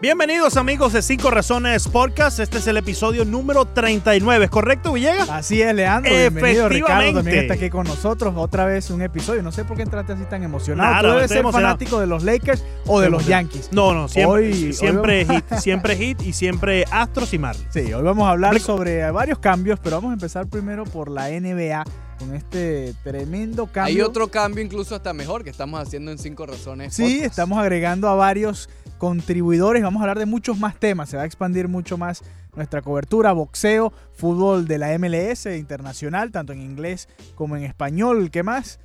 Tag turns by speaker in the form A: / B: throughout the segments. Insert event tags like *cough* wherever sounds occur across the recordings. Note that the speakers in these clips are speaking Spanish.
A: Bienvenidos amigos de Cinco Razones Podcast. Este es el episodio número 39. ¿Es correcto, Villegas?
B: Así es, Leandro. Bienvenido, Ricardo
A: Efectivamente.
B: también está aquí con nosotros. Otra vez un episodio. No sé por qué entraste así tan emocionado.
A: Claro,
B: Tú debes
A: estoy
B: ser
A: emocionado.
B: fanático de los Lakers o de los
A: Estoy
B: Yankees.
A: No, no, siempre,
B: Hoy-
A: siempre hit, siempre hit y siempre Astros y Marlins.
B: Sí, hoy vamos a hablar
A: Rico.
B: sobre eh, varios cambios, pero vamos a empezar primero por la NBA con este tremendo cambio.
C: Hay otro cambio incluso hasta mejor que estamos haciendo en cinco razones.
B: Sí,
C: Podcast.
B: estamos agregando a varios contribuidores. Vamos a hablar de muchos más temas. Se va a expandir mucho más nuestra cobertura, boxeo, fútbol de la MLS internacional, tanto en inglés como en español. ¿Qué más?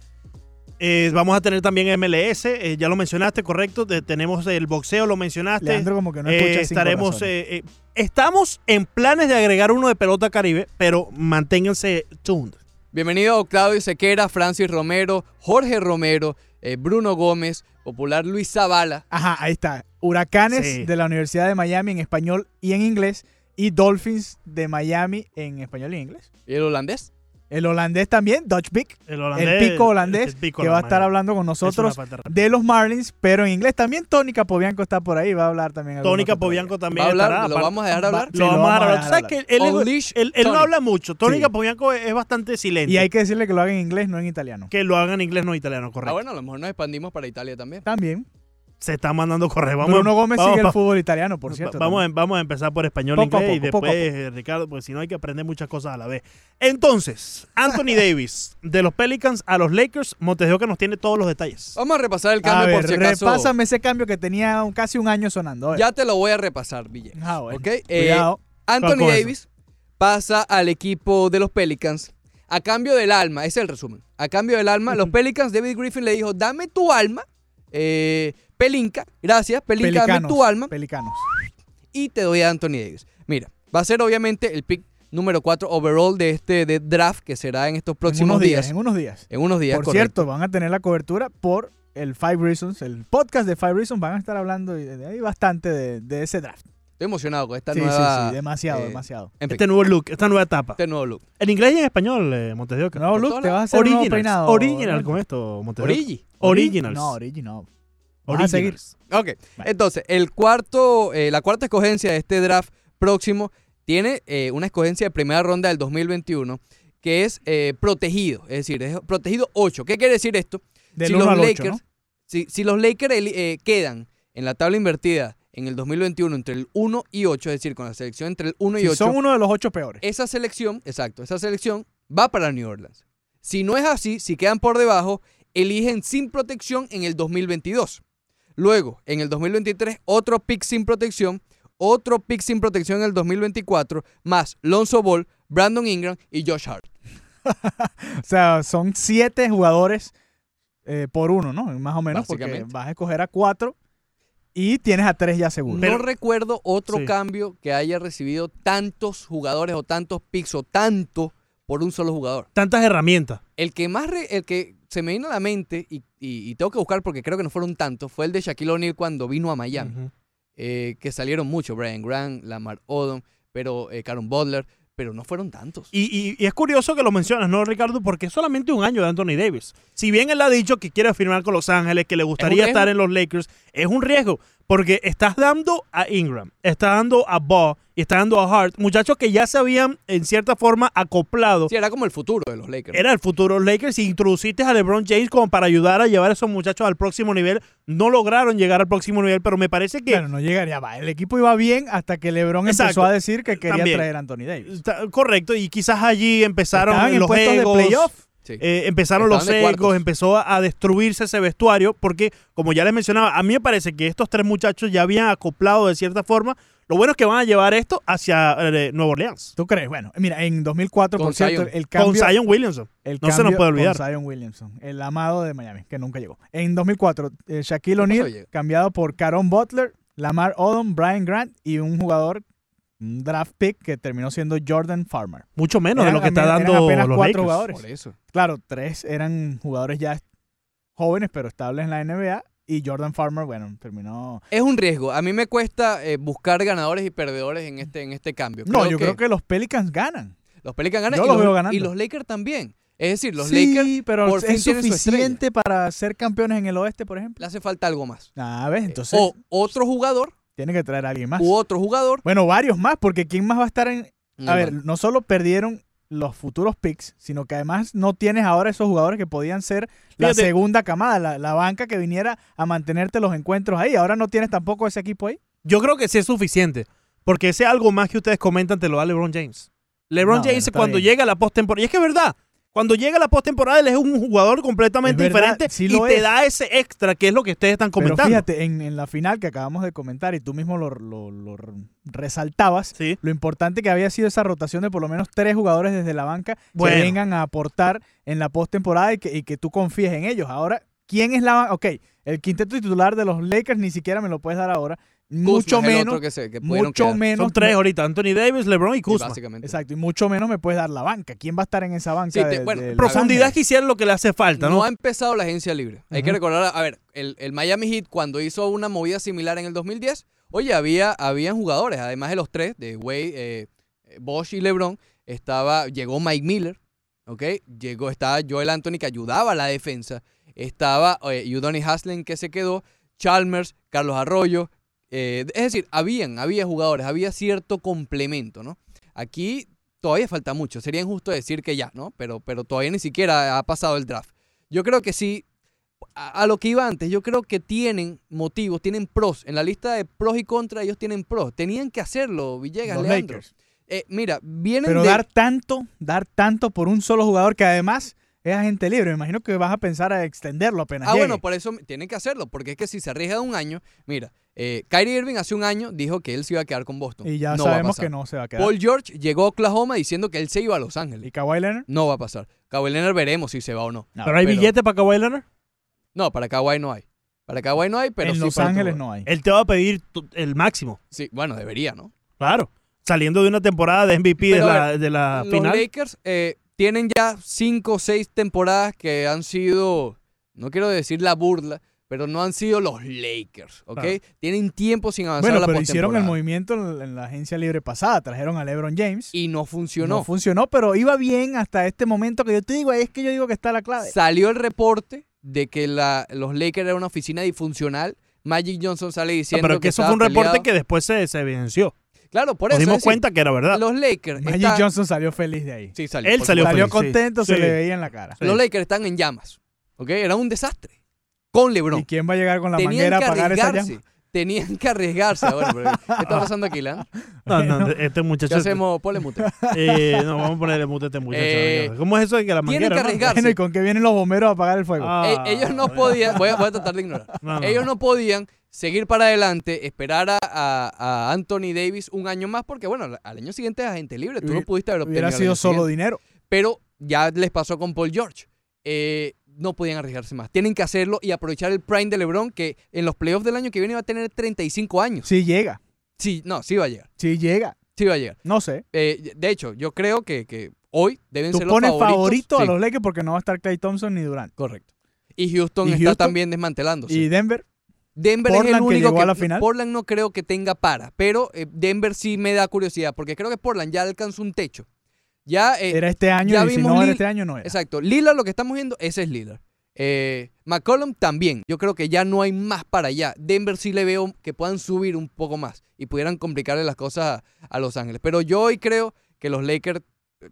A: Eh, vamos a tener también MLS, eh, ya lo mencionaste, correcto. Te- tenemos el boxeo, lo mencionaste.
B: Leandro como que no
A: Eh,
B: escucha cinco
A: estaremos,
B: razones.
A: eh, eh, estamos en planes de agregar uno de pelota caribe, pero manténganse tuned.
C: Bienvenido a Octavio Sequera, Francis Romero, Jorge Romero, eh, Bruno Gómez, popular Luis Zavala.
B: Ajá, ahí está. Huracanes
A: Sí.
B: de la Universidad de Miami en español y en inglés. Y Dolphins de Miami en español y en inglés.
C: ¿Y el holandés? Ah,
B: El holandés también, Dutch Big,
A: El,
B: el pico holandés,
A: el pico
B: que va a
A: holandés.
B: estar hablando con
A: Es una
B: nosotros
A: falta de respeto.
B: de los Marlins, pero en inglés. También Tony Capobianco está por ahí, va a hablar también. alguna
A: Tony
B: que otra
A: Capobianco
B: idea.
A: también
C: ¿Va a
A: estará,
C: hablar? ¿Lo
A: aparte-
C: vamos a dejar hablar?
B: Sí,
A: lo vamos a
B: dejar
A: dar. ¿Sabes que
B: hablar.
A: él, es-
C: Unleash
A: él- él no
C: Tony.
A: habla mucho? Tony
B: Sí.
A: Capobianco es, es bastante silente.
B: Y hay que decirle que lo hagan en inglés, no en italiano.
A: que lo hagan en inglés, no italiano, correcto.
C: Ah, bueno, a lo mejor nos expandimos para Italia también.
B: También.
A: Se está mandando correo. Vamos,
B: Bruno Gómez
A: vamos,
B: sigue el
A: vamos,
B: fútbol italiano, por cierto.
A: Vamos,
B: también.
A: a, vamos a empezar por español e
B: Poco a
A: inglés y
B: poco, poco
A: después,
B: a
A: eh, Ricardo, porque si no hay que aprender muchas cosas a la vez. Entonces,
B: *laughs*
A: Anthony Davis, de los Pelicans a los Lakers, Montesio que nos tiene todos los detalles.
C: Vamos a repasar el
B: a
C: cambio
B: ver,
C: por si acaso.
B: repásame ese cambio que tenía un- casi un año sonando. a ver.
C: Ya te lo voy a repasar, Ville.
B: Ah, bueno.
C: ¿Ok? Eh,
B: Cuidado.
A: Con-
C: Anthony
A: con eso.
C: Davis pasa al equipo de los Pelicans a cambio del alma. Ese es el resumen. A cambio del alma, los Pelicans, David Griffin le dijo, dame tu alma, eh, Pelinka, gracias, Pelinka, dame
B: Pelicanos.
C: tu alma
B: Pelicanos.
C: y te doy a Anthony Davis. Mira, va a ser obviamente el pick número 4 overall de este de draft que será en estos
B: en
C: próximos
B: unos días,
C: días.
B: En unos días.
C: En unos días,
B: Por
C: correcto.
B: cierto, van a tener la cobertura por el Five Reasons, el podcast de Five Reasons. Van a estar hablando y de- de ahí bastante de, de ese draft.
C: Estoy emocionado con esta
B: sí,
C: nueva...
B: sí, sí, demasiado,
C: eh,
B: demasiado.
C: en fin,
A: Este nuevo look, esta nueva etapa.
C: este nuevo look.
A: En inglés y en español, eh, Montesio. que-
B: Nuevo look,
C: todas
B: te vas a hacer un nuevo
A: Original.
B: peinado.
A: Original
B: Orlando.
A: con esto,
B: este
A: Montesio.
C: Origi.
A: Originals.
B: No, original. Vas a
A: Originals.
B: seguir.
C: Ok, entonces, el cuarto, eh, la cuarta escogencia de este draft próximo tiene eh, una escogencia de primera ronda del 2021 que es eh, protegido, es decir, es protegido 8. ¿Qué quiere decir esto?
B: Del
C: si
B: 1
C: los
B: al 8,
C: Lakers, si, si los Lakers eli- eh, quedan en la tabla invertida en el 2021 entre el 1 y 8, es decir, con la selección entre el 1 y Eh. 8,
B: son uno de los ocho peores.
C: esa selección, exacto, esa selección va para New Orleans. Si no es así, si quedan por debajo, eligen sin protección en el 2022. Luego, en el 2023, otro pick sin protección, otro pick sin protección en el 2024, más Lonzo Ball, Brandon Ingram y Josh Hart.
B: O sea, son siete jugadores eh, por uno, ¿no? Más o menos, porque
C: Básicamente.
B: vas a escoger a cuatro y tienes a tres ya seguro.
A: Pero-
C: no recuerdo otro
A: Sí.
C: cambio que haya recibido tantos jugadores o tantos picks o tanto por un solo jugador.
A: Tantas herramientas.
C: El que más re- el que se me vino a la mente y, y- y tengo que buscar porque creo que no fueron tantos fue el de Shaquille O'Neal cuando vino a Miami.
A: Ujú.
C: eh, que salieron mucho, Brian Grant, Lamar Odom, pero eh, Karen Butler, pero no fueron tantos.
A: Y, y- y es curioso que lo mencionas, ¿no, Ricardo? Porque es solamente un año de Anthony Davis. Si bien él ha dicho que quiere firmar con Los Ángeles, que le gustaría
C: riesgo.
A: estar en los Lakers, es un riesgo. Porque estás dando a Ingram, estás dando a Ball y estás dando a Hart, muchachos que ya se habían, en cierta forma, acoplado.
C: Sí, era como el futuro de los Lakers.
A: Era el futuro Lakers y introduciste a LeBron James como para ayudar a llevar a esos muchachos al próximo nivel. No lograron llegar al próximo nivel, pero me parece que
B: Claro, no llegaría. Va. El equipo iba bien hasta que LeBron
A: Exacto.
B: empezó a decir que quería
A: También.
B: traer a Anthony Davis.
A: está correcto. Y quizás allí empezaron
B: Estaban en
A: los
B: puestos de
A: egos.
B: playoff.
C: Sí.
A: Eh, empezaron
C: Estaban
A: los
C: de
A: egos,
C: cuartos.
A: empezó a, a destruirse ese vestuario, porque como ya les mencionaba, a mí me parece que estos tres muchachos ya habían acoplado de cierta forma. Lo bueno es que van a llevar esto hacia eh, Nueva Orleans.
B: ¿Tú crees? Bueno, mira, en 2004,
C: Con
B: por cierto,
C: Zion.
B: el cambio...
A: con Zion Williamson.
B: el
A: no se nos
B: cambio
A: puede olvidar.
B: Con Zion Williamson, el amado de Miami, que nunca llegó. En 2004, eh, Shaquille
C: pasó,
B: O'Neal,
C: llega?
B: cambiado por Caron Butler, Lamar Odom, Brian Grant y un jugador, un draft pick que terminó siendo Jordan Farmer.
A: Mucho menos de
B: Eran
A: lo que está
B: apenas-
A: dando
B: eran apenas
A: los
B: cuatro
A: Lakers.
B: jugadores.
C: Por eso.
B: Claro, tres eran jugadores ya jóvenes, pero estables en la NBA. Y Jordan Farmer, bueno, terminó.
C: Es un riesgo. A mí me cuesta eh, buscar ganadores y perdedores en este, en este cambio.
B: No, yo creo que los Pelicans ganan.
C: los Pelicans ganan
B: yo
C: y
B: los
C: los,
B: veo ganando.
C: y los Lakers también. Es decir, los
B: sí,
C: Lakers
B: pero
C: por fin
B: es
C: tienen su
B: suficiente para ser campeones en el oeste, por ejemplo.
C: le hace falta algo más.
B: Ah, ves,
C: Eh,
B: entonces.
C: o otro jugador
B: Tiene que traer a alguien más.
C: u otro jugador.
B: Bueno, varios más, porque ¿quién más va a estar en...? A
C: Mm,
B: ver,
C: bueno.
B: no solo perdieron los futuros picks, sino que además no tienes ahora esos jugadores que podían ser la
A: Fíjate.
B: segunda camada, la, la banca que viniera a mantenerte los encuentros ahí. Ahora no tienes tampoco ese equipo ahí.
A: Yo creo que sí es suficiente. Porque ese algo más que ustedes comentan te lo da LeBron James. LeBron
B: No,
A: James
B: está
A: cuando
B: bien.
A: llega a la postemporada. Y es que es verdad. Cuando llega a la postemporada, él es un jugador completamente
B: Es verdad,
A: diferente
B: sí
A: y
B: lo
A: te
B: es.
A: da ese extra que es lo que ustedes están
B: Pero
A: comentando.
B: fíjate, en, en la final que acabamos de comentar, y tú mismo lo, lo- lo resaltabas,
A: Sí.
B: lo importante que había sido esa rotación de por lo menos tres jugadores desde la banca
A: Bueno.
B: que vengan a aportar en la postemporada y que, y que tú confíes en ellos. Ahora, ¿quién es la banca? Ok, el quinteto titular de los Lakers ni siquiera me lo puedes dar ahora.
C: Kuzma
B: Mucho
C: es el otro
B: menos.
C: que se- que pudieron
B: Mucho
C: quedar.
B: menos.
A: Son tres ahorita. Anthony Davis, LeBron y
C: Sí,
A: Kuzma.
C: básicamente.
B: Exacto, y mucho menos me puedes dar la banca. ¿Quién va a estar en esa banca?
C: Sí, te-
B: de-
C: bueno,
B: de Los
A: Profundidad
B: Ángeles?
A: que hicieron lo que le hace falta, ¿no?
C: ha empezado la agencia libre. Hay que
B: Ujú.
C: recordar, a ver, el, el Miami Heat cuando hizo una movida similar en el 2010, oye, había habían jugadores, además de los tres, de Wade, eh, Bosch y LeBron, estaba, llegó Mike Miller, ¿ok? Llegó, estaba Joel Anthony que ayudaba a la defensa, estaba eh, Udonis Haslem que se quedó, Chalmers, Carlos Arroyo, eh, es decir, habían, había jugadores, había cierto complemento, ¿no? Aquí todavía falta mucho, sería injusto decir que ya, ¿no? Pero, pero todavía ni siquiera ha pasado el draft. Yo creo que sí, a, a lo que iba antes, yo creo que tienen motivos, tienen pros. En la lista de pros y contras, ellos tienen pros. Tenían que hacerlo, Villegas,
B: Los
C: Leandro.
B: Lakers.
C: Eh, mira, vienen
B: Pero
C: de...
B: dar tanto, dar tanto por un solo jugador que además es agente libre. Me imagino que vas a pensar a extenderlo apenas.
C: Ah,
B: llegue.
C: bueno, por eso tienen que hacerlo, porque es que si se arriesga un año, mira, eh, Kyrie Irving hace un año dijo que él se iba a quedar con Boston.
B: y ya
C: No va a
B: sabemos
C: pasar.
B: que no se va a quedar.
C: Paul George llegó a Oklahoma diciendo que él se iba a Los
B: ¿Y
C: Ángeles.
B: Kawhi Leonard?
C: No va a pasar. Kawhi Leonard veremos si se va o no.
B: No,
A: pero hay
C: pero-
A: billete para Kawhi Leonard.
C: No, para Kawhi no hay. Para Kawhi no hay, pero
B: en
C: sí
B: Los
C: para otro
B: Ángeles
C: jugador.
B: no hay.
A: Él te va a pedir tu- el máximo.
C: Sí, bueno, debería, ¿no?
A: Claro. Saliendo de una temporada de MVP de
C: Pero a
A: la, de la
C: Los
A: final. Ah,
C: Lakers eh, tienen ya cinco o seis temporadas que han sido, no quiero decir la burla, pero no han sido los Lakers, ¿ok?
A: Claro.
C: Tienen tiempo sin avanzar
B: Bueno,
C: a la
B: pero hicieron el
C: postemporada.
B: movimiento en, en la agencia libre pasada. Trajeron a LeBron James.
C: Y no funcionó.
B: no funcionó, pero iba bien hasta este momento que yo te digo. Ahí es que yo digo que está la clave.
C: Salió el reporte de que la- los Lakers era una oficina disfuncional. Magic Johnson sale
A: Ah,
C: diciendo
A: pero que eso fue un
C: estaba
A: reporte
C: peleado.
A: que después se, se evidenció.
C: Claro, por
A: Nos
C: eso. es
A: dimos
C: decir,
A: cuenta que era verdad.
C: Los Lakers.
B: Magic
C: están-
B: Johnson salió feliz de ahí.
C: Sí, por
A: Él salió
C: supuesto.
B: Salió
A: feliz, sí.
B: contento, se
A: Sí.
B: le veía en la cara.
A: Sí.
C: Los Lakers están en llamas. ¿Ok? Era un desastre. Con
B: ¿Y
C: LeBron.
B: quién va a llegar con la
C: Tenían
B: manguera a
C: que
B: pagar esa
C: arriesgarse.
B: llama?
C: Tenían que arriesgarse. Ahora, pero, ¿Qué está pasando aquí, Lan?
A: *laughs* No,
C: *laughs*
A: no,
B: Bueno.
A: este muchacho.
C: ¿Qué hacemos? Ponle mute.
B: *laughs*
A: Eh, no, vamos a ponerle mute a este
C: *laughs*
A: muchacho.
C: Eh,
A: ¿Cómo es eso de que la
C: tienen
A: manguera?
C: que
A: no?
C: arriesgar.
B: Bueno, ¿y con qué vienen los bomberos a apagar el fuego?
A: Ah,
C: Eh, ellos no
A: bueno.
C: podían. Voy a, voy a tratar de ignorar.
B: Ah,
A: No, no.
C: Ellos no podían seguir para adelante, esperar a, a- a Anthony Davis un año más, porque bueno, al año siguiente es agente libre. Tú lo
B: Hubiera-
C: pudiste haber obtenido.
B: Hubiera
C: al
B: sido
C: año
B: solo
C: siguiente.
B: dinero.
C: pero ya les pasó con Paul George. Eh, no podían arriesgarse más. Tienen que hacerlo y aprovechar el prime de LeBron, que en los playoffs del año que viene va a tener 35 años.
B: Sí llega,
C: Sí, no, sí va a llegar.
B: sí llega.
C: Sí va a llegar.
B: No sé.
C: Eh, de hecho, yo creo que, que hoy deben
B: Tú
C: ser los
B: pones
C: favoritos.
B: favorito a
C: Sí,
B: los Lakers porque no va a estar Clay Thompson ni Durant.
C: Correcto. Y Houston
B: ¿Y
C: está
B: Houston?
C: también desmantelándose.
B: Y Denver,
C: Denver es el
B: Portland, que
C: único
B: llegó a la final?
C: Portland no creo que tenga para, pero eh, Denver sí me da curiosidad, porque creo que Portland ya alcanzó un techo. Ya eh,
B: era este año
C: ya
B: y si
C: vimos
B: no
C: Lil-
B: era este año no era.
C: Exacto. Lillard, lo que estamos viendo, ese es Lillard. Eh, McCollum también. Yo creo que ya no hay más para allá. Denver sí le veo que puedan subir un poco más y pudieran complicarle las cosas a, a Los Ángeles. Pero yo hoy creo que los Lakers eh,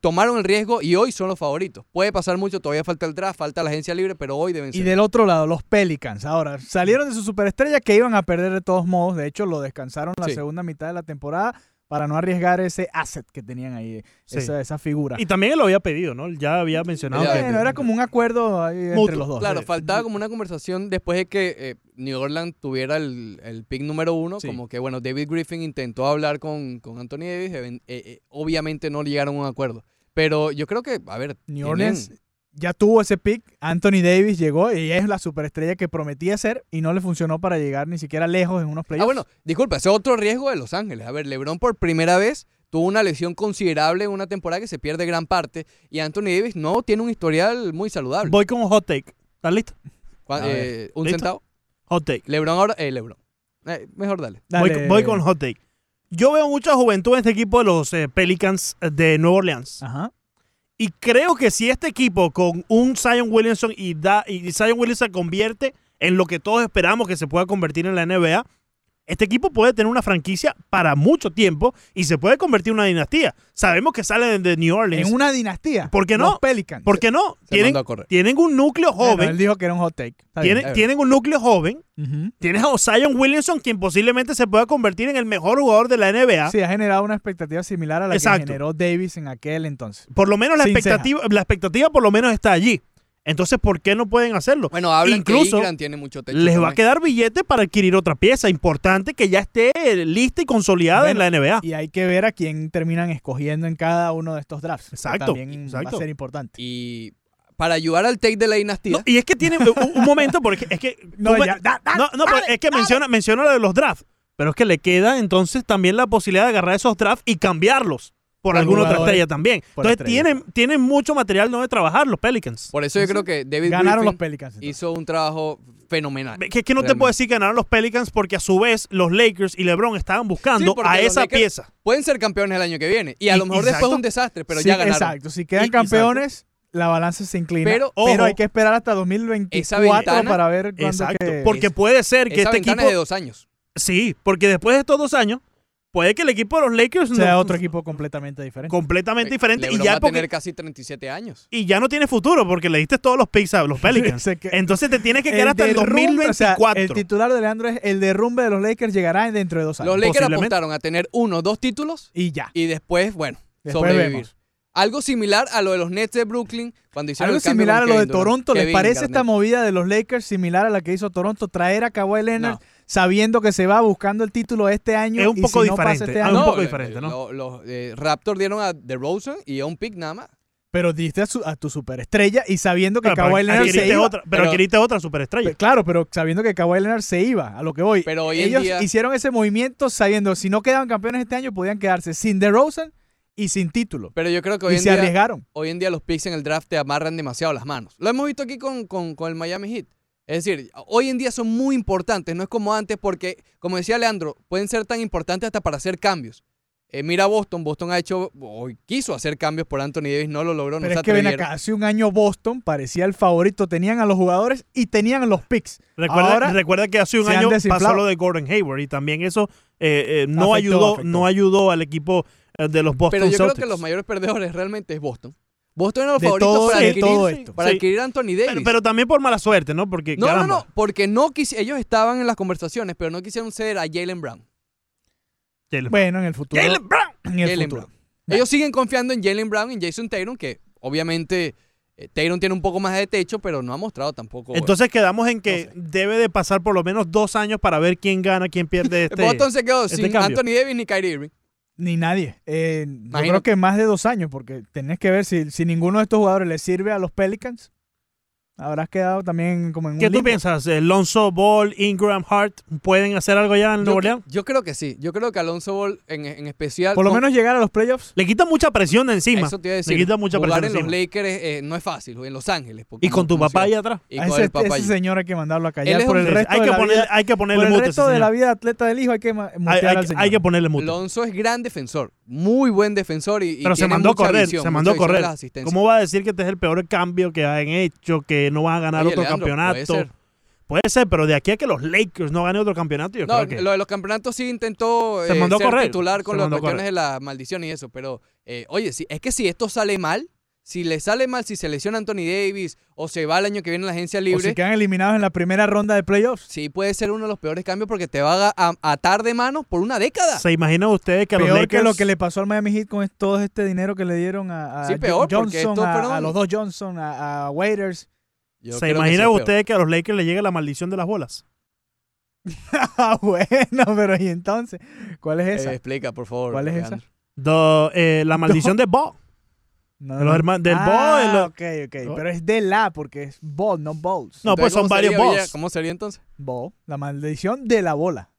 C: tomaron el riesgo y hoy son los favoritos. Puede pasar mucho, todavía falta el draft, falta la agencia libre, pero hoy deben
B: Y
C: ser.
B: del otro lado, los Pelicans. Ahora, salieron de su superestrella que iban a perder de todos modos. De hecho, lo descansaron la
C: Sí.
B: segunda mitad de la temporada para no arriesgar ese asset que tenían ahí,
A: Sí.
B: esa, esa figura.
A: Y también él lo había pedido, ¿no? Él Ya había mencionado.
C: Ya,
A: que-
B: Bueno, era como un acuerdo ahí entre
A: Mutuo,
B: los dos.
C: Claro,
B: Sí.
C: faltaba como una conversación después de que eh, New Orleans tuviera el, el pick número uno,
B: Sí.
C: como que bueno, David Griffin intentó hablar con, con Anthony Davis, even- eh, eh, obviamente no llegaron a un acuerdo. Pero yo creo que, a ver, ah,
B: New
C: tienen-
B: Orleans ya tuvo ese pick. Anthony Davis llegó y es la superestrella que prometía ser y no le funcionó para llegar ni siquiera lejos en unos
C: Ah,
B: playoffs.
C: bueno, disculpa, ese es otro riesgo de Los Ángeles. A ver, LeBron por primera vez tuvo una lesión considerable en una temporada que se pierde gran parte y Anthony Davis no tiene un historial muy saludable.
A: Voy con un hot take. ¿Estás listo?
C: Cua-
A: A ver,
C: eh, un
A: ¿listo?
C: centavo.
A: Hot take.
C: LeBron ahora, eh, LeBron. Eh, mejor dale.
A: Voy,
B: Dale.
A: voy con hot take. Yo veo mucha juventud en este equipo de los eh, Pelicans de Nueva Orleans.
B: Ajá.
A: Y creo que si este equipo con un Zion Williamson y, da, y Zion Williamson se convierte en lo que todos esperamos que se pueda convertir en la NBA, Este equipo puede tener una franquicia para mucho tiempo y se puede convertir en una dinastía. Sabemos que salen de New Orleans.
B: En una dinastía.
A: ¿Por qué no?
B: Los Pelicans.
A: ¿Por qué no?
C: Se
A: Tienen,
C: mandó a correr.
A: tienen un núcleo
B: Bueno,
A: joven.
B: él dijo que era un hot take. Está bien.
A: tienen, tienen un núcleo joven.
B: Ujú.
A: Tienes a Zion Williamson, quien posiblemente se pueda convertir en el mejor jugador de la NBA.
B: Sí, ha generado una expectativa similar a la
A: Exacto.
B: que generó Davis en aquel entonces.
A: Por lo menos la
B: Sin
A: expectativa, la expectativa por lo menos está allí. Entonces, ¿por qué no pueden hacerlo?
C: Bueno, hablan
A: Incluso
C: que Ingram tiene mucho techo.
A: Les va a
C: también.
A: quedar billete para adquirir otra pieza importante que ya esté lista y consolidada
B: Bueno,
A: en la NBA.
B: Y hay que ver a quién terminan escogiendo en cada uno de estos drafts. que
A: Exacto,
B: También va
A: exacto.
B: a ser importante.
C: Y para ayudar al take de la dinastía,
A: No, y es que tiene un, un momento, porque es
B: *laughs*
A: que.
B: No,
A: tú me-
B: ya, da- da-
A: no, no, pero es que menciona, menciona lo de los drafts. Pero es que le queda entonces también la posibilidad de agarrar esos drafts y cambiarlos por
B: Por
A: alguna otra
B: jugadores,
A: estrella también.
B: por
A: Entonces
B: estrella.
A: tienen, tienen mucho material donde trabajar los Pelicans.
C: por eso yo creo que David
B: Ganaron los
C: Griffin
B: Pelicans. entonces.
C: hizo un trabajo fenomenal.
A: Que es que no te
C: Realmente.
A: puedo decir que ganaron los Pelicans porque a su vez los Lakers y LeBron estaban buscando
C: Sí, porque
A: a
C: los
A: esa
C: Lakers-
A: pieza.
C: Pueden ser campeones el año que viene. Y a
A: Y-
C: lo mejor después
A: exacto.
C: es un desastre, pero
B: Sí,
C: ya ganaron.
B: Exacto. Si quedan
A: Y-
B: campeones, la balanza se inclina.
C: Pero,
B: Pero,
A: ojo,
B: hay que esperar hasta
C: esa
B: 2024
C: ventana-
B: para ver cuándo
A: Exacto.
B: que-
A: Porque puede ser que
C: Esa
A: este
C: ventana
A: equipo.
C: es de dos años.
A: Sí, porque después de estos dos años, puede que el equipo de los Lakers
B: sea
A: no-
B: otro equipo completamente diferente.
A: completamente diferente y
C: LeBron va
A: ya,
C: a
A: porque-
C: tener casi 37 años.
A: y ya no tiene futuro porque le diste todos los picks a los Pelicans.
B: *laughs* Sé que-
A: Entonces te tienes que quedar hasta el
B: derrumbe, o sea,
A: 2024.
B: el titular de Leandro es el derrumbe de los Lakers llegará dentro de dos años.
C: Los Lakers
A: posiblemente.
C: apuntaron a tener uno, dos títulos
B: y ya.
C: y después, bueno,
B: Después
C: sobrevivir.
B: vemos.
C: Algo similar a lo de los Nets de Brooklyn cuando hicieron
B: Algo
C: el cambio
B: similar a
C: con
B: lo de
C: Kevin Durant.
B: Toronto. ¿Les
C: Kevin
B: parece
C: Garnett.
B: esta movida de los Lakers similar a la que hizo Toronto? Traer a Kawhi Leonard
C: No.
B: sabiendo que se va buscando el título este año.
A: Es un
B: y
A: poco
B: si no pasa
A: diferente.
B: este
A: Ah,
B: año-
A: un
C: No,
A: poco
C: eh,
A: diferente, ¿no?
C: lo- Los eh, Raptors dieron a DeRozan y a un pick nada más.
B: Pero diste a, su- a tu superestrella y sabiendo que
A: Bueno, Ah, pero
B: Kawhi Leonard se
A: adquiriste
B: iba.
A: otra, pero
C: pero-
A: adquiriste otra superestrella.
B: Pe- Claro, pero sabiendo que Kawhi Leonard se iba, a lo que voy.
C: Pero hoy en
B: Ellos
C: día-
B: hicieron ese movimiento sabiendo si no quedaban campeones este año, podían quedarse sin DeRozan y sin título.
C: Pero yo creo que hoy
B: Y
C: en
B: se
C: día...
B: arriesgaron.
C: hoy en día los picks en el draft te amarran demasiado las manos. Lo hemos visto aquí con, con- con el Miami Heat. Es decir, hoy en día son muy importantes, no es como antes porque, como decía Leandro, pueden ser tan importantes hasta para hacer cambios. Eh, mira Boston, Boston ha hecho, o quiso hacer cambios por Anthony Davis, no lo logró, no
B: Pero
C: se
B: es que ven
C: atrevieron.
B: acá, hace un año Boston parecía el favorito, tenían a los jugadores y tenían los picks.
A: Recuerda,
B: Ahora
A: recuerda que hace un
B: se han
A: año pasó
B: desinflado.
A: lo de Gordon Hayward y también eso eh, eh, no
B: Afectó,
A: ayudó
B: afectó.
A: no ayudó al equipo eh, de los Boston
C: Pero yo creo
A: Celtics.
C: que los mayores perdedores realmente es Boston. Boston era los
B: De
C: favoritos
B: todo-
C: para,
B: de
C: adquirir,
B: todo esto.
C: para
A: Sí.
C: adquirir a Anthony Davis.
A: pero, pero también por mala suerte, ¿no? Porque
C: no, no,
A: caramba,
C: no, porque no quis- ellos estaban en las conversaciones, pero no quisieron ceder a Jalen Brown.
A: Jalen-
B: Bueno, en el futuro.
A: Jalen Brown.
B: En el
C: Jalen
B: futuro.
C: Brown. Ellos siguen confiando en Jalen Brown y en Jason Tatum, que obviamente eh, Tatum tiene un poco más de techo, pero no ha mostrado tampoco.
A: Entonces quedamos en que
C: No sé.
A: debe de pasar por lo menos dos años para ver quién gana, quién
C: *laughs*
A: pierde
C: Eh,
A: este.
C: Boston se quedó
A: este
C: sin
A: cambio.
C: Anthony Davis ni Kyrie Irving.
B: Ni nadie. Eh, yo
C: Imagínate.
B: creo que más de dos años, porque tenés que ver si, si ninguno de estos jugadores le sirve a los Pelicans. Habrás quedado también como en un
A: ¿Qué tú
B: limbo.
A: piensas? Eh, Lonzo Ball, Ingram Hart, ¿pueden hacer algo ya en Nueva
C: Yo,
A: Orleans?
C: yo creo que sí. Yo creo que Alonso Ball en, en especial.
B: Por lo
C: con-
B: menos llegar a los playoffs.
A: Le quita mucha presión de encima.
C: Eso te iba a decir.
A: quita mucha
C: jugar
A: presión
C: en los
A: encima.
C: Lakers eh, no es fácil, en Los Ángeles. porque
A: Y con
C: no-
A: tu
C: no
A: papá
C: se-
A: ahí atrás.
C: Y
B: A
C: con
B: ese,
C: el papá
B: ese
C: allí.
B: señor hay que mandarlo a
C: Él
B: callar
C: es
B: por el
C: un-
B: resto
A: hay,
B: de
A: que
B: la
A: ponerle,
B: vida.
A: hay que
B: Por
A: ponerle
B: el
A: mute a ese
B: resto de la
A: señor.
B: vida atleta del hijo hay que ma-
A: hay,
B: mutear
A: hay-
B: al
A: hay
B: señor.
A: que ponerle mute.
C: Alonso es gran defensor, muy buen defensor y, y
A: Pero se
C: tiene
A: mandó a
C: mucha
A: correr,
C: visión,
A: se
C: mucha
A: mandó a
C: visión de
A: correr.
C: las asistencias.
A: ¿Cómo va a decir que este es el peor cambio que han hecho, que no van a ganar
C: Oye,
A: otro
C: Leandro, puede
A: campeonato?
C: ser.
A: Puede ser, pero de aquí a que los Lakers no ganen otro campeonato, *laughs* yo
C: No,
A: creo que...
C: lo de los campeonatos sí intentó
A: Se
C: eh,
A: mandó a
C: ser
A: correr,
C: titular
A: se
C: con las
A: mandó a
C: cuestiones
A: correr.
C: de la maldición y eso, pero eh, oye, si, es que si esto sale mal, si le sale mal, si se lesiona Anthony Davis o se va el año que viene a la agencia
B: O
C: libre,
B: si quedan eliminados en la primera ronda de playoffs.
C: sí puede ser uno de los peores cambios porque te va a, a- atar de manos por una década.
A: ¿Se imaginan ustedes que a los
B: Peor
A: Lakers...
B: que lo que le pasó al Miami Heat con es- todo este dinero que le dieron a, a
C: Sí,
B: Jo-
C: peor, porque
B: Johnson,
C: estos
B: a,
C: fueron-
B: a los dos Johnson, a, a Waiters.
C: Yo
A: ¿Se
C: creo que sí
A: imaginan
C: es peor.
A: ustedes que a los Lakers le llegue la maldición de las bolas?
B: *laughs* Ah, bueno, pero ¿y entonces? ¿Cuál es
C: Eh,
B: esa?
C: explica, por favor.
B: ¿Cuál es esa?
C: Leandro.
A: Do- eh, la maldición de Bo.
B: No,
A: de los hermanos- del
B: ah,
A: ball, lo-
B: ok, ok. Pero es de la, porque es ball, no balls.
A: No,
C: Entonces,
A: pues son
C: ¿cómo
A: varios
C: sería, Villa?
A: boss.
C: ¿Cómo sería entonces?
B: Ball, la maldición de la bola.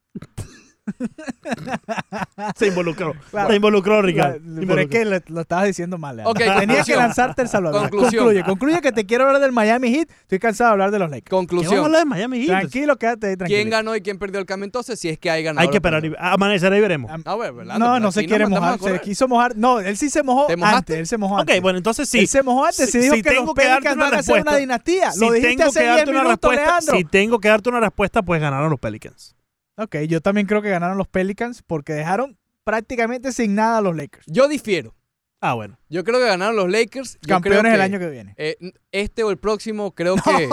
A: *laughs* Se involucró.
C: *laughs*
B: Claro.
A: Se involucró,
B: La-
A: Ricardo. Se
B: pero es
A: involucró.
B: que lo, lo estabas diciendo mal. Leandro.
C: Ok,
B: Tenías que
C: conclusión.
B: lanzarte el salvador.
C: Conclusión.
B: Concluye, concluye que te quiero hablar del Miami Heat. Estoy cansado de hablar de los Lakers.
A: ¿Qué vamos a
C: Conclusión.
A: hablar de Miami Heat?
B: Tranquilo, quédate ahí
C: ¿Quién
B: tranquilo.
C: ganó y quién perdió el cambio entonces? Si es que hay ganador.
A: Hay que
C: o
A: esperar y
C: perdedor.
A: ah, amanecer y veremos.
B: Ah,
C: Ah, bueno, Leandro,
B: No,
C: pero
B: no
C: aquí
B: se quiere
C: mandamos a
B: mojar, se
C: correr.
B: quiso mojar. No, él sí se mojó
C: ¿Te mojaste?
B: antes, él se mojó
A: Ok,
B: antes.
A: bueno, entonces sí.
B: Él se mojó antes
A: Si-
B: y dijo
A: si
B: que los
A: tengo que darte
B: Pelicans
A: una
B: van a ser una
A: respuesta,
B: dinastía.
A: Si
B: lo dijiste
A: tengo
B: hace
A: que
B: 10
A: darte una
B: minutos,
A: respuesta,
B: Leandro.
A: si tengo que darte una respuesta, pues ganaron los Pelicans.
B: Ok, yo también creo que ganaron los Pelicans porque dejaron prácticamente sin nada a los Lakers.
C: Yo difiero.
A: Ah, bueno.
C: Yo creo que ganaron los Lakers. Yo creo
B: Campeones el
C: que,
B: año que viene.
C: eh, este o el próximo, creo
B: *laughs*
C: que.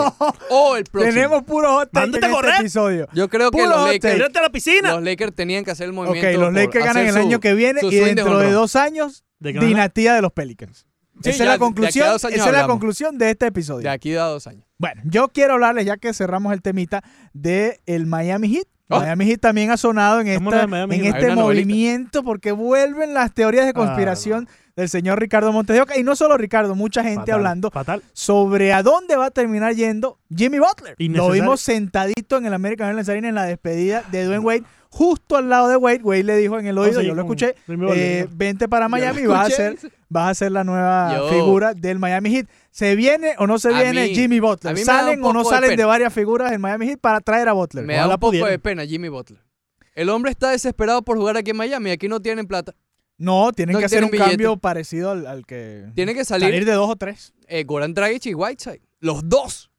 C: O el próximo.
B: Tenemos puro hot take en
A: Mándate a
B: este
A: correr.
B: episodio.
C: Yo creo que
B: puro
C: los
B: hot
C: Lakers,
A: ¡Tírate a la piscina!
C: los Lakers tenían que hacer el
B: Ok,
C: movimiento.
B: los Lakers ganan el año que viene
C: su
B: y
C: swing de
B: dentro de
C: jonrón.
B: dos años,
A: ¿De qué no?
B: dinastía de los Pelicans.
C: Sí,
B: esa
C: ya,
B: es la
C: de- de aquí
B: conclusión.
C: a dos
B: Esa
C: años
B: es la
C: hablamos.
B: conclusión de este
C: De
B: episodio.
C: aquí a dos años.
B: Bueno, yo quiero hablarles, ya que cerramos el temita, de el Miami Heat.
C: Oh.
B: Miami Heat también ha sonado en,
A: Vámonos
B: esta-
A: Ah. de Miami
B: en
A: Heat. Ah,
C: Hay
B: este
C: una novelita.
B: movimiento porque vuelven las teorías de conspiración del señor Ricardo Montes de Oca. Y no solo Ricardo, mucha gente
A: Fatal,
B: hablando
A: Fatal.
B: sobre a dónde va a terminar yendo Jimmy Butler. Lo
A: Innecesario.
B: vimos sentadito en el American Airlines Arena en la despedida de Dwayne Wade, justo al lado de Wade. Wade le dijo en el oído,
A: Vamos a
B: yo lo
A: ir con
B: escuché,
A: Oh, Jimmy Butler,
B: eh,
A: ¿no?
B: vente para Miami y
C: Yo lo
B: vas a
C: escuché,
B: ser vas a ser la nueva
C: Yo.
B: figura del Miami Heat. ¿Se viene o no se
C: A
B: viene
C: mí-
B: Jimmy
C: a
B: Butler?
C: mí me da un
B: ¿Salen o no
C: poco de
B: salen de
C: pena.
B: varias figuras del Miami Heat para traer a Butler?
C: Me da un
A: Ojalá
C: poco de
A: pudieran.
C: pena Jimmy Butler. El hombre está desesperado por jugar aquí en Miami. Aquí no tienen plata.
B: No, tienen
C: No
B: que hacer
C: tienen
B: un
C: billete.
B: cambio parecido al, al que...
C: Tiene que salir,
B: Salir de dos o tres.
C: eh, Goran Dragic y Whiteside. Los dos.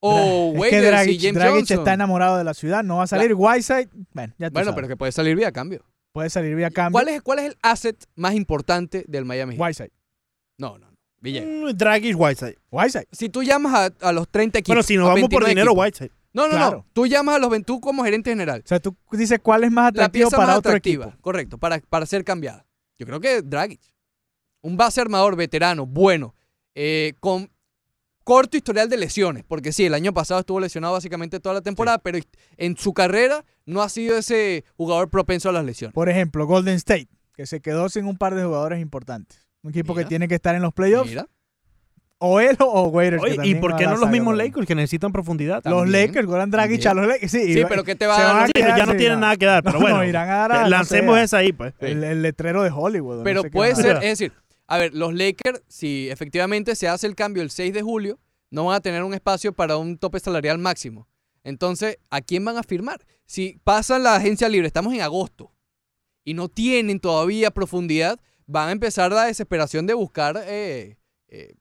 C: O
B: es que
C: Waiters y
B: Dragic,
C: James
B: Dragic
C: Johnson.
B: está enamorado de la ciudad, no va a salir. Whiteside, bueno, ya tú
C: bueno,
B: sabes.
C: pero que puede salir vía cambio.
B: puede salir vía cambio.
C: ¿Cuál es, ¿Cuál es el asset más importante del Miami Heat?
B: Whiteside.
C: No, no, no. Villegas.
A: Mm, Dragic Whiteside.
B: Whiteside.
C: Si tú llamas a, a los 30 equipos.
A: Bueno, si nos
C: a
A: vamos por
C: 29
A: dinero,
C: equipos.
A: Whiteside.
C: No, no,
B: Claro.
C: no. Tú llamas a los 21 como gerente general.
B: O sea, tú dices cuál es más
C: La
B: atractivo
C: pieza
B: para
C: más
B: otro
C: atractiva,
B: equipo.
C: correcto, para, para ser cambiada. Yo creo que Dragic. Un base armador veterano, bueno, eh, con corto historial de lesiones, porque sí, el año pasado estuvo lesionado básicamente toda la temporada, pero en su carrera no ha sido ese jugador propenso a las lesiones.
B: Por ejemplo, Golden State, que se quedó sin un par de jugadores importantes. Un equipo que
C: Mira.
B: tiene que estar en los playoffs.
C: Mira,
B: O él o- o Waiters. que
A: Oye, ¿y
B: también
A: por qué no
B: la
A: los
B: saga,
A: mismos
B: ¿no?
A: Lakers que necesitan profundidad?
B: Los
C: También.
B: Lakers, Goran Dragic
C: También.
B: a los Lakers. Sí,
C: Sí,
B: y-
C: pero ¿qué te
B: se
C: va a
B: van
C: dar?
B: a
A: Sí, pues
B: quedar
A: ya no
B: sin
A: tienen nada que dar, pero
B: No,
A: bueno.
B: *laughs*
A: eh,
B: irán a dar a- no sé,
A: Lancemos
B: a-
A: esa ahí, pues.
B: El, el letrero de Hollywood. no
C: Pero
B: sé qué
C: puede
B: más.
C: ser, es decir, a ver, los Lakers, si efectivamente se hace el cambio el 6 de julio, no van a tener un espacio para un tope salarial máximo. Entonces, ¿a quién van a firmar? Si pasan la agencia libre, estamos en agosto, y no tienen todavía profundidad, van a empezar la desesperación de buscar eh, eh,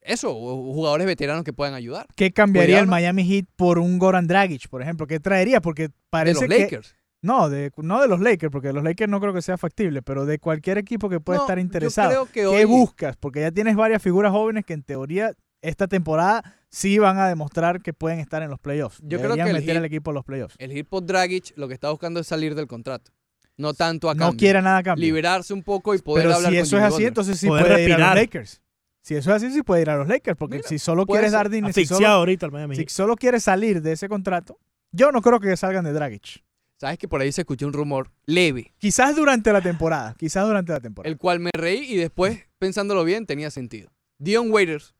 C: eso, o- o jugadores veteranos que puedan ayudar.
B: ¿Qué cambiaría
C: Cuidado,
B: el
C: ¿no?
B: Miami Heat por un Goran Dragic, por ejemplo? ¿Qué traería? Porque
C: De
B: parece
C: los
B: que...
C: Lakers.
B: No, de, no de los Lakers, porque de los Lakers no creo que sea factible, pero de cualquier equipo que pueda
C: No,
B: estar
C: yo
B: interesado.
C: creo que
B: ¿Qué
C: hoy-
B: buscas? Porque ya tienes varias figuras jóvenes que en teoría esta temporada sí van a demostrar que pueden estar en los playoffs.
C: Yo creo
B: Deberían
C: que el
B: meter
C: Heat-
B: al equipo a los playoffs.
C: El Hirpo Dragic lo que está buscando es salir del contrato. No tanto a
B: No
C: cambio.
B: quiere nada a cambio.
C: Liberarse un poco y poder
B: Pero
C: hablar
B: si
C: con
B: eso es
C: Jimmy
B: así,
C: Butler.
B: entonces sí
A: Poder
B: puede ir a
A: respirar.
B: los Lakers. Si eso es así, sí puede ir a los Lakers, porque
C: Mira,
B: si solo
C: puede
B: quieres
C: ser.
B: dar dinero, si
A: Asfixiado
B: solo,
A: ahorita el Miami
B: si
A: Heat.
B: solo quieres salir de ese contrato, yo no creo que salgan de Dragic.
C: ¿Sabes que por ahí se escuchó un rumor leve,
B: Quizás durante la temporada, quizás durante la temporada.
C: el cual me reí y después, pensándolo bien, tenía sentido? Dion Waiters.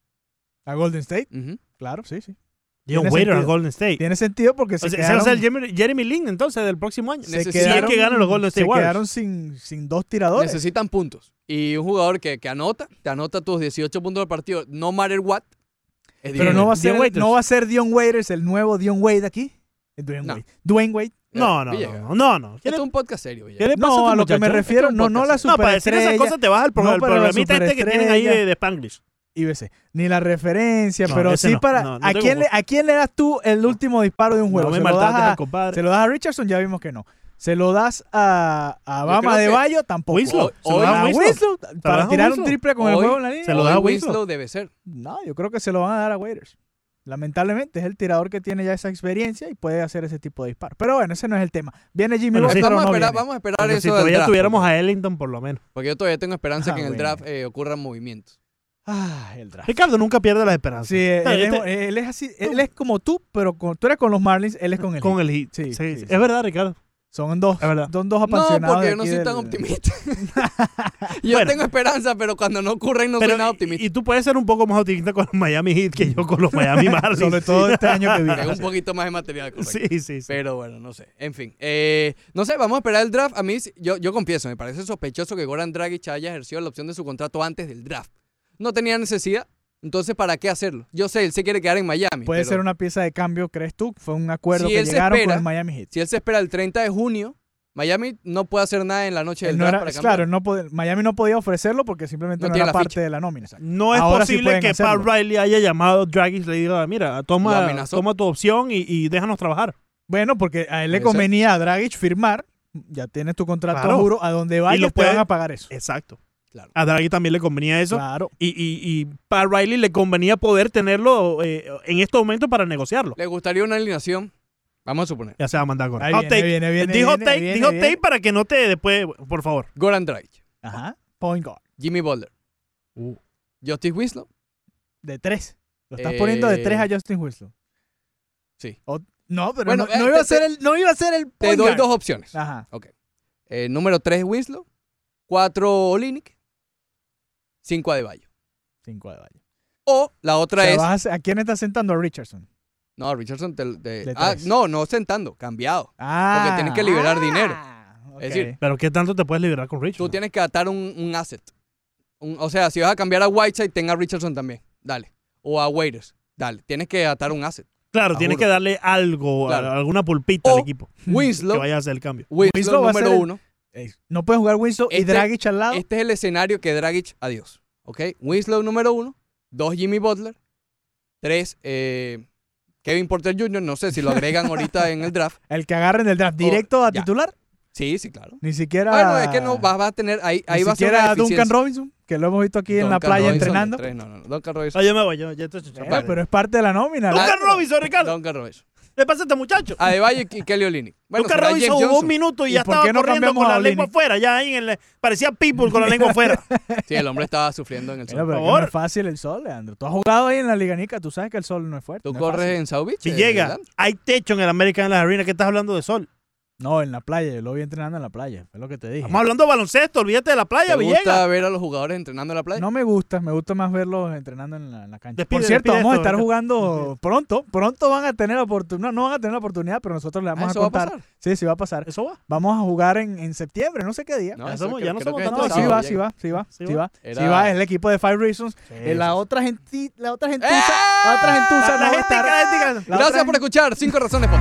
B: A Golden State,
C: ujú.
B: claro, sí, sí.
A: John
B: tiene
A: Waiter a
B: sentido.
A: Golden State.
B: Tiene sentido porque
A: O
B: se
A: sea, ese va a ser el
B: quedaron-
A: Jeremy, Jeremy Lin entonces del próximo año.
C: Sí,
B: se
C: Necesita-
A: Si es que ganan los Golden State
B: se
A: Warriors.
B: quedaron sin, sin dos tiradores.
C: Necesitan puntos. Y un jugador que, que anota, te anota tus 18 puntos del partido, no matter what. es
B: Pero
C: Dion
B: no va, a
A: Dion
B: ser,
A: Waiters.
B: no va a ser Dion Waiters, el nuevo Dion Wade aquí. Eh, Dwayne
C: No.
B: Wade. Dwayne Wade.
A: No, no,
C: Villegas.
A: no, no, no.
C: Esto
A: ¿Qué
C: es
A: le-
C: un podcast serio. Villegas.
A: qué le pasa
B: No, a
A: este
B: lo que me
A: muchacho?
B: refiero,
C: un
B: no, no la
C: podcast.
A: No, para decir esas
B: superestrella,
A: cosas te vas al pro-
B: no
A: al
B: para la
A: programita este que tienen ahí de, de Spanglish.
B: IBC. Ni la referencia,
A: No,
B: pero
A: ese
B: sí
A: no,
B: para.
A: no, no
B: ¿a,
A: te
B: quién le,
A: confundas.
B: ¿A quién le das tú el último disparo de un juego?
A: No me
B: ¿Se, lo das
A: maltrates
B: a,
A: al compadre.
B: se lo das a Richardson? Ya vimos que no. ¿Se lo das a, a Bama
C: creo
B: de
C: que-
B: Bayo? Tampoco.
A: Winslow.
C: Hoy-
A: Se lo
C: hoy-
A: dan
B: ¿A
A: a Winslow.
B: Winslow?
A: das
B: ¿Para
A: a
B: tirar un
A: Winslow?
B: triple con el
C: Hoy
B: juego en la línea?
A: se lo
C: Hoy
A: da a
C: Winslow.
A: Winslow.
C: debe ser.
B: No, yo creo que se lo van a dar a Waiters. Lamentablemente es el tirador que tiene ya esa experiencia y puede hacer ese tipo de disparo. Pero bueno, ese no es el tema. Viene Jimmy
A: Bueno,
B: Butler
A: sí.
B: o
C: vamos, a
B: no
C: esperar,
B: viene?
C: vamos a esperar
A: Como
C: eso
A: si
C: del
A: todavía
C: draft,
A: tuviéramos a Ellington por lo menos.
C: Porque yo todavía tengo esperanza
B: Ah,
C: que en el
B: bueno.
C: draft eh, ocurran movimientos.
B: Ah, el draft.
A: Ricardo nunca pierde las esperanzas.
B: Sí, él,
A: No,
B: es,
A: este-
B: él es así, él es como tú, pero con- tú eres con los Marlins, él es con el.
A: con
B: Heat.
A: el hit.
B: Sí,
A: Sí,
B: sí, sí.
A: Es verdad, Ricardo.
B: Son dos,
A: Es verdad.
B: son dos
C: No,
B: apasionados.
C: porque
B: de
C: yo no
B: aquí
C: soy tan
B: del-
C: optimista. yo
A: Bueno.
C: tengo esperanza, pero cuando no ocurren no soy
A: Pero,
C: nada
A: y-
C: optimista.
B: *laughs*
A: y, tú puedes ser un poco más optimista con los Miami Heat que yo con los Miami Marlins.
B: *laughs* Sobre todo este año
C: *laughs*
B: que
C: Tengo un
B: viene.
C: poquito más de material. correcto.
A: *laughs* Sí, sí, sí.
C: Pero bueno, no sé. En fin. eh, no sé, vamos a esperar el draft. A mí, sí- yo, yo confieso, me parece sospechoso que Goran Dragic haya ejercido la opción de su contrato antes del draft. No tenía necesidad. Entonces, ¿para qué hacerlo? Yo sé, él se quiere quedar en Miami.
B: Puede
C: pero
B: ser una pieza de cambio, ¿crees tú? Fue un acuerdo
C: Si
B: que
C: él se
B: llegaron con
C: espera,
B: el Miami Heat.
C: Si él se espera el 30 de junio, Miami no puede hacer nada en la noche del
B: Él no
C: draft
B: era-
C: para cambiar.
B: claro, él no pod- Miami no podía ofrecerlo porque simplemente
C: No
B: no,
C: tiene la
B: era parte
C: ficha.
B: de la nómina.
A: No es
B: Ahora sí
A: posible
B: pueden
A: que
B: hacerlo.
A: Pat Riley haya llamado a Dragic y le diga, mira,
C: Lo
A: toma,
C: amenazó.
A: toma tu opción y, y déjanos trabajar.
B: Bueno, porque a él le
C: Puede ser.
B: convenía a Dragic firmar. Ya tienes tu contrato
A: Claro.
B: a juro. A donde
A: lo
B: vayas te
A: puede-
B: van a pagar eso.
A: Exacto.
C: Claro.
A: A Draghi también le convenía eso.
B: Claro.
A: Y, y, y para Riley le convenía poder tenerlo eh, en estos momentos para negociarlo.
C: ¿Le gustaría una alineación? Vamos a suponer.
A: Ya se va a mandar con
B: Ahí
A: Hot
B: viene,
A: take.
B: viene, viene,
A: Dijo
B: viene,
A: take,
B: viene,
A: dijo
B: viene.
A: take para que no te después, por favor.
C: Goran Dragic,
B: Ajá. Point guard.
C: Jimmy Butler,
B: Uh.
C: Justice Winslow.
B: De tres. Lo estás poniendo de tres a
C: Eh,
B: Justin Winslow.
C: sí.
B: O- no, pero
C: Bueno,
B: no, no
C: eh,
B: iba
C: te-
B: a ser el, no iba a ser el
C: Te
B: point
C: doy
B: guard. Ah.
C: dos opciones.
B: Ajá.
C: Eh, número 3, Winslow. 4, Olinick. 5, Adebayo.
B: Cinco de Valle.
C: O la otra es...
B: ¿A quién estás sentando? A Richardson.
C: No, Richardson... te- te-
B: De
C: ah,
B: tres.
C: no, no sentando, cambiado.
B: Ah.
C: tienes que liberar dinero.
B: ok.
C: Es decir,
A: Pero ¿qué tanto te puedes liberar con Rich?
C: Tú tienes que atar un, un asset. Un- o sea, si vas a cambiar a Whiteside, ten a Richardson también. Dale. O a Waiters. Dale. Tienes que atar un
B: *laughs*
C: asset.
A: Claro,
C: Ah,
A: tienes
C: juro.
A: que darle algo, a-
C: Claro.
A: alguna pulpita
C: O
A: al equipo que
C: Winslow.
A: vaya a hacer el cambio.
C: Winslow,
B: Winslow va a
C: número
B: ser el-
C: uno.
B: Eh, No puedes jugar Winslow y
C: Este-
B: Dragic al lado.
C: Este es el escenario que Dragic, adiós. ¿Ok? Winslow número uno. Dos Jimmy Butler. Tres eh, Kevin Porter Jr. No sé si lo agregan ahorita en el draft.
B: El que agarren del draft directo a
C: Oh, ya.
B: titular.
C: Sí, sí, claro.
B: Ni siquiera.
C: Bueno, es que no vas, vas a tener. Ahí, ahí
B: ni
C: va a ser.
B: siquiera
C: una
B: a Duncan
C: deficiencia.
B: Robinson, que lo hemos visto aquí en la
C: Duncan
B: playa
C: Robinson de
B: entrenando.
C: tres, No, no, no. Duncan Robinson.
A: Ah, yo me voy, yo, ya estoy
B: Bueno,
A: Vale.
B: pero es parte de la nómina.
C: Ah,
B: ¿no?
A: Duncan Robinson, Ricardo.
C: Duncan Robinson.
A: ¿Le pasa a este muchacho?
C: Adebayo y Kelly Olynyk. Bueno,
A: Lucas
C: será James
A: Robinson jugó
C: Johnson.
A: un minuto y,
B: ¿Y
A: ya
B: por
A: estaba
B: qué no
A: corriendo
B: cambiamos
A: con
B: a
A: la
B: Olynyk?
A: lengua afuera. Ya ahí en el- parecía People con la
B: *laughs*
A: lengua afuera.
C: Sí, el hombre estaba sufriendo en el
B: Mira,
C: sol.
B: pero que
A: favor.
B: no es fácil el sol, Leandro. Tú has jugado ahí en la Liganica, tú sabes que el sol no es fuerte.
C: Tú
B: no es
C: corres
B: fácil.
C: en South Beach.
A: Si
C: eh,
A: llega,
C: Leandro.
A: hay techo en el American Las Arenas. ¿Qué estás hablando de sol?
B: No, en la playa. Yo lo vi entrenando en la playa. Es lo que te dije.
A: Estamos hablando de baloncesto. Olvídate de la
C: ¿Te
A: playa,
C: gusta
A: Villegas.
C: ver a los jugadores entrenando en la playa?
B: No me gusta, me gusta más verlos entrenando en la, en la cancha.
A: Despide,
B: Por cierto,
A: despide
B: vamos a
A: esto,
B: estar
A: Ricardo.
B: jugando pronto. Pronto van a tener la oportunidad. No van a tener la oportunidad, pero nosotros le
C: Ah,
B: vamos a
C: eso va a
B: contar.
C: pasar.
B: sí, sí va a pasar.
A: Eso va.
B: Vamos a jugar en, en septiembre, no sé qué día.
A: Ya
C: eso
A: somos-
C: creo-
A: ya no
C: creo
A: somos
C: que
A: tan
B: No,
C: este
A: todos.
B: sí
C: sábado
B: va,
C: llega.
B: sí va, sí va,
A: Sí
B: sí
A: va.
B: va.
C: Era-
B: Sí va, es el equipo de Five Reasons. Eh, la otra genti, la otra gentuza, la otra gentuza no va
A: La
B: a
A: gente,
B: estar.
A: la gente.
B: La
C: ¡Eh! Gracias
B: otra
C: por escuchar. Cinco razones por.